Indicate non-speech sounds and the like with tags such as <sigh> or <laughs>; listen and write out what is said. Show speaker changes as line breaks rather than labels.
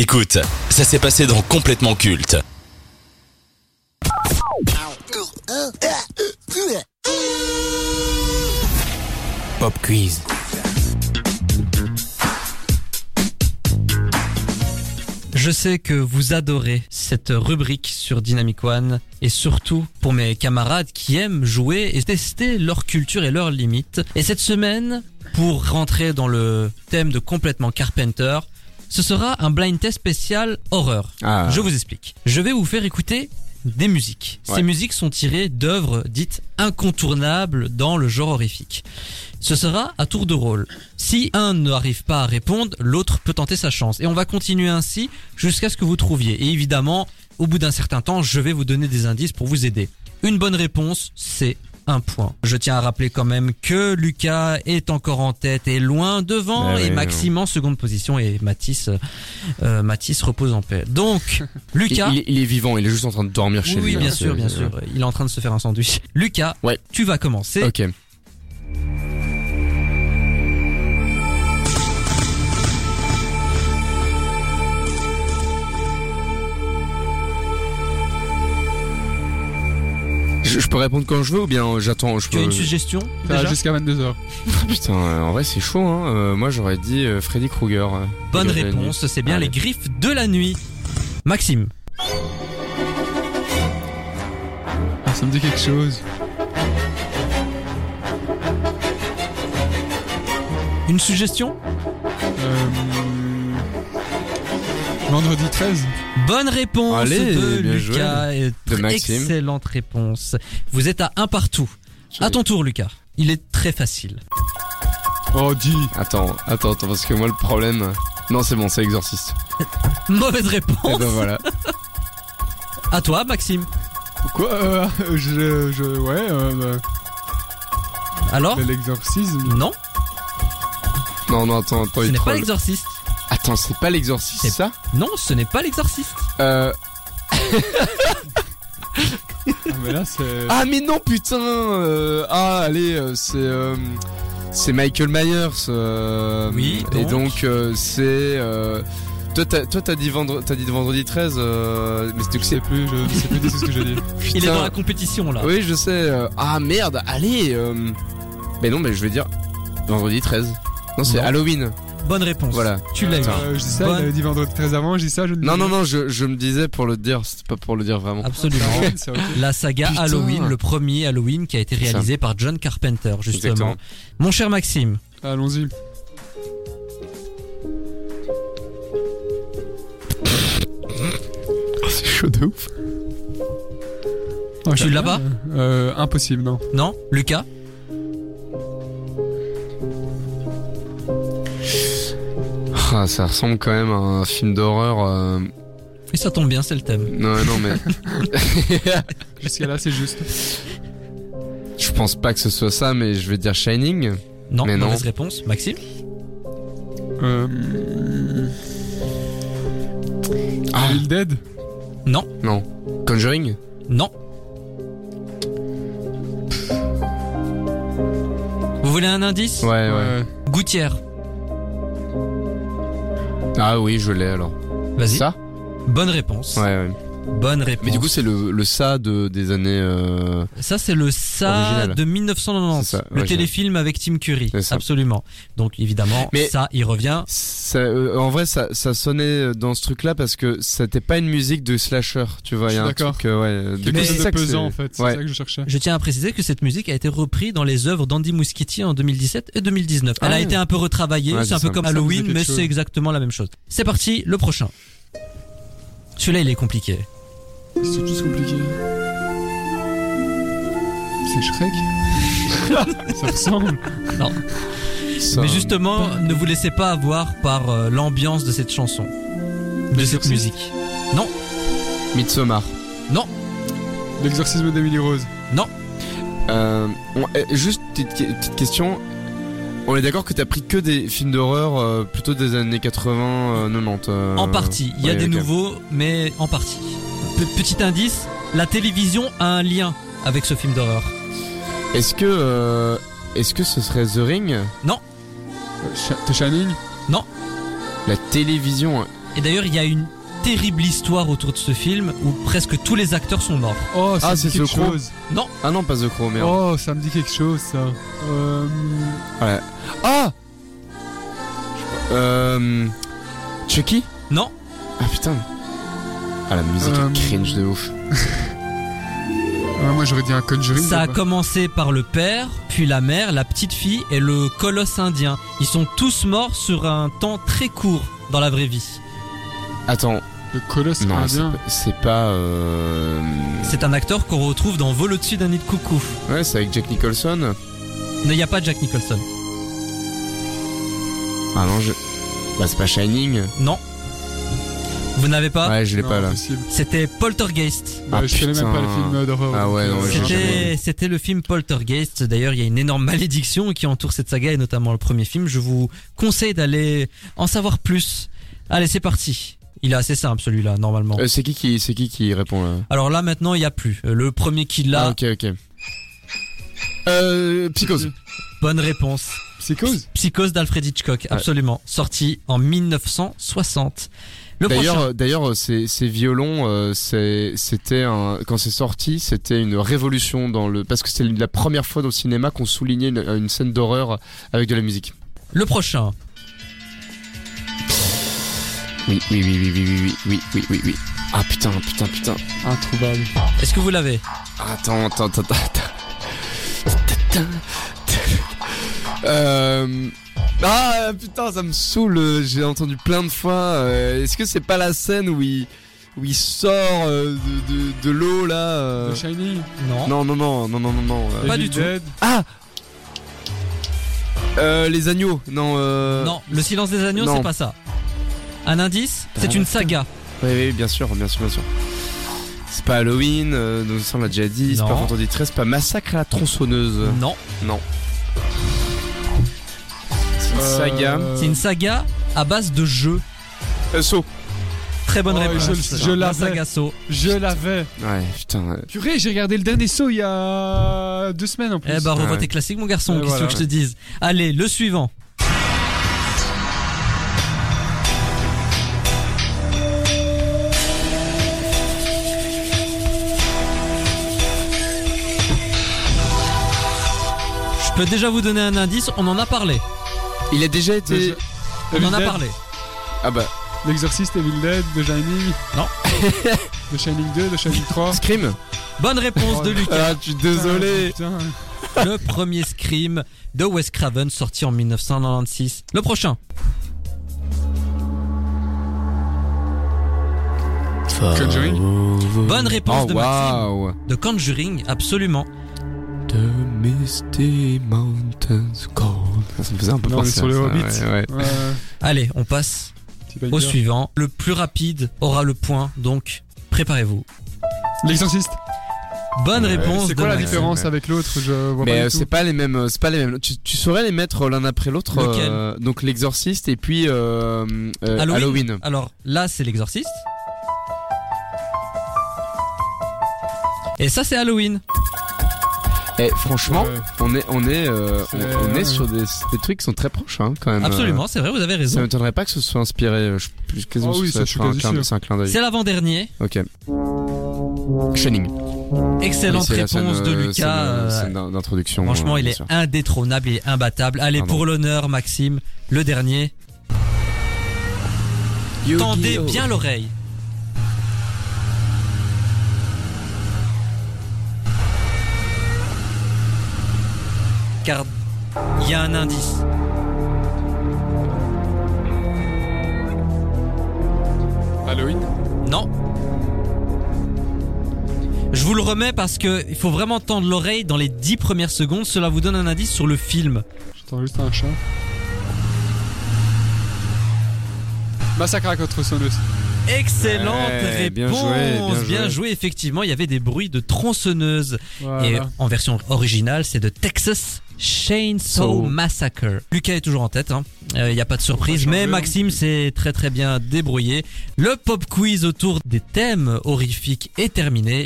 Écoute, ça s'est passé dans Complètement Culte.
Pop quiz.
Je sais que vous adorez cette rubrique sur Dynamic One et surtout pour mes camarades qui aiment jouer et tester leur culture et leurs limites. Et cette semaine, pour rentrer dans le thème de complètement Carpenter, ce sera un blind test spécial horreur.
Ah.
Je vous explique. Je vais vous faire écouter des musiques.
Ouais.
Ces musiques sont tirées d'œuvres dites incontournables dans le genre horrifique. Ce sera à tour de rôle. Si un n'arrive pas à répondre, l'autre peut tenter sa chance. Et on va continuer ainsi jusqu'à ce que vous trouviez. Et évidemment, au bout d'un certain temps, je vais vous donner des indices pour vous aider. Une bonne réponse, c'est un point. Je tiens à rappeler quand même que Lucas est encore en tête et loin devant,
Ah oui,
et Maxime en seconde position, et Mathis, euh, Mathis repose en paix.
<laughs>
Donc,
Il,
Lucas...
il- il est vivant, il est juste en train de dormir
Oui,
chez lui.
oui,
hein,
bien
c'est-
sûr, bien sûr. Il est en train de se faire un sandwich. Lucas,
Ouais.
tu vas commencer.
Euh, Ok. Je, je peux répondre quand je veux ou bien j'attends je
Tu as
peux-
une suggestion
Euh,
Ça va
déjà
jusqu'à 22h.
Putain, euh, en vrai c'est chaud. Hein. Euh, moi j'aurais dit euh, Freddy Krueger. euh,
Bonne
Krueger de la nuit.
réponse, c'est bien
Allez.
les griffes de la nuit. Maxime,
Ah, ça me dit quelque chose.
une suggestion
Euh... Vendredi 13
Bonne réponse
Allez,
de
bien
Lucas. et
De Maxime.
Excellente réponse. Vous êtes à un partout. À ton tour, Lucas. Il est très facile.
Oh, dis
Attends, attends, attends, parce que moi le problème. Non, c'est bon, c'est exorciste.
Mauvaise
Et
réponse.
ben voilà.
À toi, Maxime.
Quoi euh, je, je. Ouais, euh,
Alors Oh.
bah, l'exorcisme.
Non,
Non, non, attends, attends, il
ce n'est pas
troll.
l'exorciste.
Attends, c'est pas l'exorciste
C'est-
ça
Non, ce n'est pas l'exorciste.
Euh.
Ah, mais là, c'est.
Ah, mais non, putain euh, Ah, allez, euh, c'est. euh, C'est Michael Myers. euh,
Oui,
Et
donc
donc, euh, c'est. euh, toi, t'as toi, t'as dit, vendre, t'as dit vendredi 13, euh, mais c'était
Je sais plus, je ne sais plus du tout ce que j'ai dit.
Il est dans la compétition là.
Oui, je sais. euh, Ah, merde, allez euh, Mais non, mais je vais dire vendredi 13. Non, c'est
Non.
Halloween.
Bonne réponse.
Voilà.
Tu l'as eu.
Putain.
Euh, je dis ça,
Bonne-
il avait dit vendredi 13 avant, je dis ça, je ne
Non, non, non, je, je me disais pour le dire, c'était pas pour le dire vraiment.
Absolument.
C'est ok.
La saga
Putain.
Halloween, le premier Halloween qui a été
C'est ça.
réalisé par John Carpenter, justement.
Exactement.
Mon cher Maxime,
Allons-y.
c'est chaud de ouf.
Oh,
Tu
j'ai
l'as
rien, euh, euh, Impossible, non.
non Lucas
Ah, ça ressemble quand même à un film d'horreur. euh,
Et ça tombe bien, c'est le thème.
Non, non, mais. <laughs>
Jusqu'à là, c'est juste.
je pense pas que ce soit ça, mais je vais dire Shining.
Non,
Mais non.
mauvaise réponse. Maxime
Euh...
Ah.
Evil Dead
Non,
Non. Conjuring
non. Vous voulez un indice
Eh Ouais, ouais.
Gouttière.
Ah oui, je l'ai alors.
Vas-y.
Ça
Bonne réponse.
Ouais, ouais.
Bonne réponse.
Mais du coup, c'est le, le ça de, des années. euh,
ça c'est le ça
Original.
de 1990,
C'est ça,
le
original.
téléfilm avec Tim Curry.
C'est ça.
Absolument. Donc évidemment,
Mais-
ça il revient.
Ça, euh, en vrai, ça, ça sonnait dans ce truc-là parce que c'était pas une musique de slasher, tu vois.
Je
Il y a
suis
un
d'accord.
truc, euh, ouais. Du coup,
Quelque
Mais-
c'est
chose de
ça que
pesant, en
c'est-
fait. C'est
Ouais.
ça que je cherchais.
Je tiens à préciser que cette musique a été reprise dans les œuvres d'Andy Muschietti en 2017 et 2019. Elle
Ah
a
ouais.
été un peu retravaillée,
Ouais,
c'est
c'est
un peu
ça.
comme
Ça me dit
Halloween,
quelque
mais
chose.
c'est exactement la même chose. C'est parti, le prochain. Celui-là, il est compliqué.
C'est tous compliqué. C'est Shrek
<laughs>
Ça ressemble.
ça.
Mais justement,
bah,
ne vous laissez pas avoir par euh, l'ambiance de cette chanson, de cette
L'exorciste.
musique.
Midsommar.
L'exorcisme d'Emily Rose.
Euh, on- eh, juste petite, petite question. On est d'accord que t'as pris que des films d'horreur euh, plutôt des années 80, euh, 90. euh,
en partie, il y a
ouais,
des
ok.
nouveaux, mais en partie. Pe- petit indice, la télévision a un lien avec ce film d'horreur.
Est-ce que euh, est-ce que ce serait The Ring
Euh, Sh- The Shining
La télévision. hein.
Et d'ailleurs, il y a une terrible histoire autour de ce film où presque tous les acteurs sont morts.
Oh, ça
Ah,
me
c'est
dit quelque
ce gros.
chose.
Ah non, pas The Crow, merde.
Oh, ça me dit quelque chose, ça. Euh,
Ah Euh. Chucky
Non
Ah putain. Ah, la musique
Euh,
est cringe de ouf. Ah,
ouais, moi, j'aurais dit un Conjuring.
Ça a
mais-
commencé par le père, puis la mère, la petite fille et le colosse indien. Ils sont tous morts sur un temps très court dans la vraie vie.
Attends,
Le colosse
non, c'est
indien.
pas- c'est pas. euh,
C'est un acteur qu'on retrouve dans Vol au-dessus d'un nid de coucou.
Ouais, c'est avec Jack Nicholson.
Il n'y a pas Jack Nicholson.
Ah non, je. Bah, c'est pas Shining.
Non. Vous n'avez pas
ouais, je l'ai
Non,
pas là.
impossible.
C'était Poltergeist.
Bah,
Ah,
je connais
putain.
même pas le film d'horreur.
Ah ouais, non,
Euh,
ouais, j'ai jamais-
C'était c'était le film Poltergeist. D'ailleurs, il y a une énorme malédiction qui entoure cette saga et notamment le premier film. Je vous conseille d'aller en savoir plus. Allez, c'est parti. Il est assez simple celui-là, normalement.
Euh, c'est qui qui, c'est qui qui répond là
Alors là, maintenant, il n'y a plus. Euh, Le premier qui l'a,
Ah, ok, ok. Euh, Psychose.
bonne réponse.
Psychose
Psychose d'Alfred Hitchcock, absolument. Sorti en 1960. Le
D'ailleurs,
prochain.
euh, d'ailleurs, euh, ces, ces violons, euh, c'est- c'était un- quand c'est sorti, c'était une révolution dans le parce que c'est la première fois dans le cinéma qu'on soulignait une, une scène d'horreur avec de la musique.
Le prochain.
Oui, oui, oui, oui, oui, oui, oui, oui, oui, oui. Ah putain, putain, putain.
Introuvable.
Est-ce que vous l'avez
Ah, Attends, attends, attends, attends. Attends, attends. Euh... Ah putain, ça me saoule. euh, J'ai entendu plein de fois. euh, Est-ce que c'est pas la scène où il, où il sort euh, de, de- de l'eau là euh,
The Shining.
Non.
Non, non, non, non, non, non, non. euh,
Pas
Evil
du tout.
Dead.
Ah euh, Les agneaux. Non. Euh...
Non, Le silence des agneaux,
non.
c'est pas ça. Un indice,
Ah,
c'est une saga.
Oui, oui, bien sûr, bien sûr, bien sûr. C'est pas Halloween, euh, donc ça on l'a déjà dit. C'est
Non.
pas Vendredi 13, c'est pas Massacre à la tronçonneuse.
Non.
C'est une
Euh,
saga.
C'est une saga à base de jeux.
Euh, Saw.
Très bonne
Oh,
réponse.
je- je
la
l'avais.
saga Saw.
Je l'avais.
Ouais, putain. euh,
Purée, j'ai regardé le dernier saut il y a deux semaines en plus.
Eh ben, revois
Ouais.
tes classiques, mon garçon.
Et
Qu'est-ce
voilà.
que je te dise Allez, le suivant. Je peux déjà vous donner un indice. On en a parlé.
Il a déjà été.
Déjà-
On
Evil
en a
Dead,
parlé.
Ah bah.
L'exorciste, Evil Dead, The Shining.
Non.
<laughs> The Shining 2, The Shining 3.
Scream
Bonne réponse de
<laughs>
Lucas.
Ah, tu désolé
Putain.
Le premier Scream de Wes Craven sorti en 1996. Le prochain.
Conjuring.
Bonne réponse
Oh
de Maxime.
waouh
De Conjuring, absolument.
The Misty Mountains Cold. Ça me faisait un peu
Non, on est
penser
sur
à
les
ça,
Hobbits.
ouais, ouais.
Ouais,
Allez, on passe
petit banger.
au suivant. Le plus rapide aura le point, donc préparez-vous.
L'exorciste.
Bonne
Ouais,
réponse.
C'est
de
quoi la
Max.
différence
ouais.
avec l'autre Je vois
Mais
pas
euh,
du
c'est
tout.
pas les mêmes, euh, c'est pas les mêmes. Tu, tu saurais les mettre euh, l'un après l'autre.
Lequel
euh, donc l'exorciste et puis euh, euh,
Halloween. Alors là, c'est l'exorciste. Et ça, c'est Halloween.
Et franchement,
Ouais.
on est, on est, euh, on,
C'est-
on est
ouais.
sur des, des trucs qui sont très proches hein, quand même.
Absolument, c'est vrai, vous avez
Euh, Ça
raison.
m'étonnerait pas que ce soit inspiré. euh, Je je suis quasiment
Ah
sûr
oui,
que
ça, je suis
soit un
quasi
clin-
sûr.
c'est un clin d'œil.
C'est l'avant-dernier.
Ok. Shining.
Excellente
Oui, c'est la
réponse
scène,
de
euh,
Lucas.
scène, euh,
euh,
scène d'in- d'introduction.
Franchement,
euh,
il
bien
est
sûr.
indétrônable, il est imbattable. Allez,
Pardon.
pour l'honneur, Maxime, le dernier. Tendez bien l'oreille. Car il y a un indice.
Halloween.
Non. Je vous le remets parce que il faut vraiment tendre l'oreille dans les 10 premières secondes. Cela vous donne un indice sur le film.
J'entends juste un chat. Massacre à contre sonneuse.
Excellente
Ouais,
réponse.
bien joué, bien joué.
Effectivement, il y avait des bruits de tronçonneuses.
Voilà.
Et en version originale, c'est de Texas Chainsaw
So.
Massacre. Lucas est toujours en tête, hein. Euh, il n'y a pas de surprise,
changer,
mais
hein.
Maxime s'est très très bien débrouillé. Le pop quiz autour des thèmes horrifiques est terminé.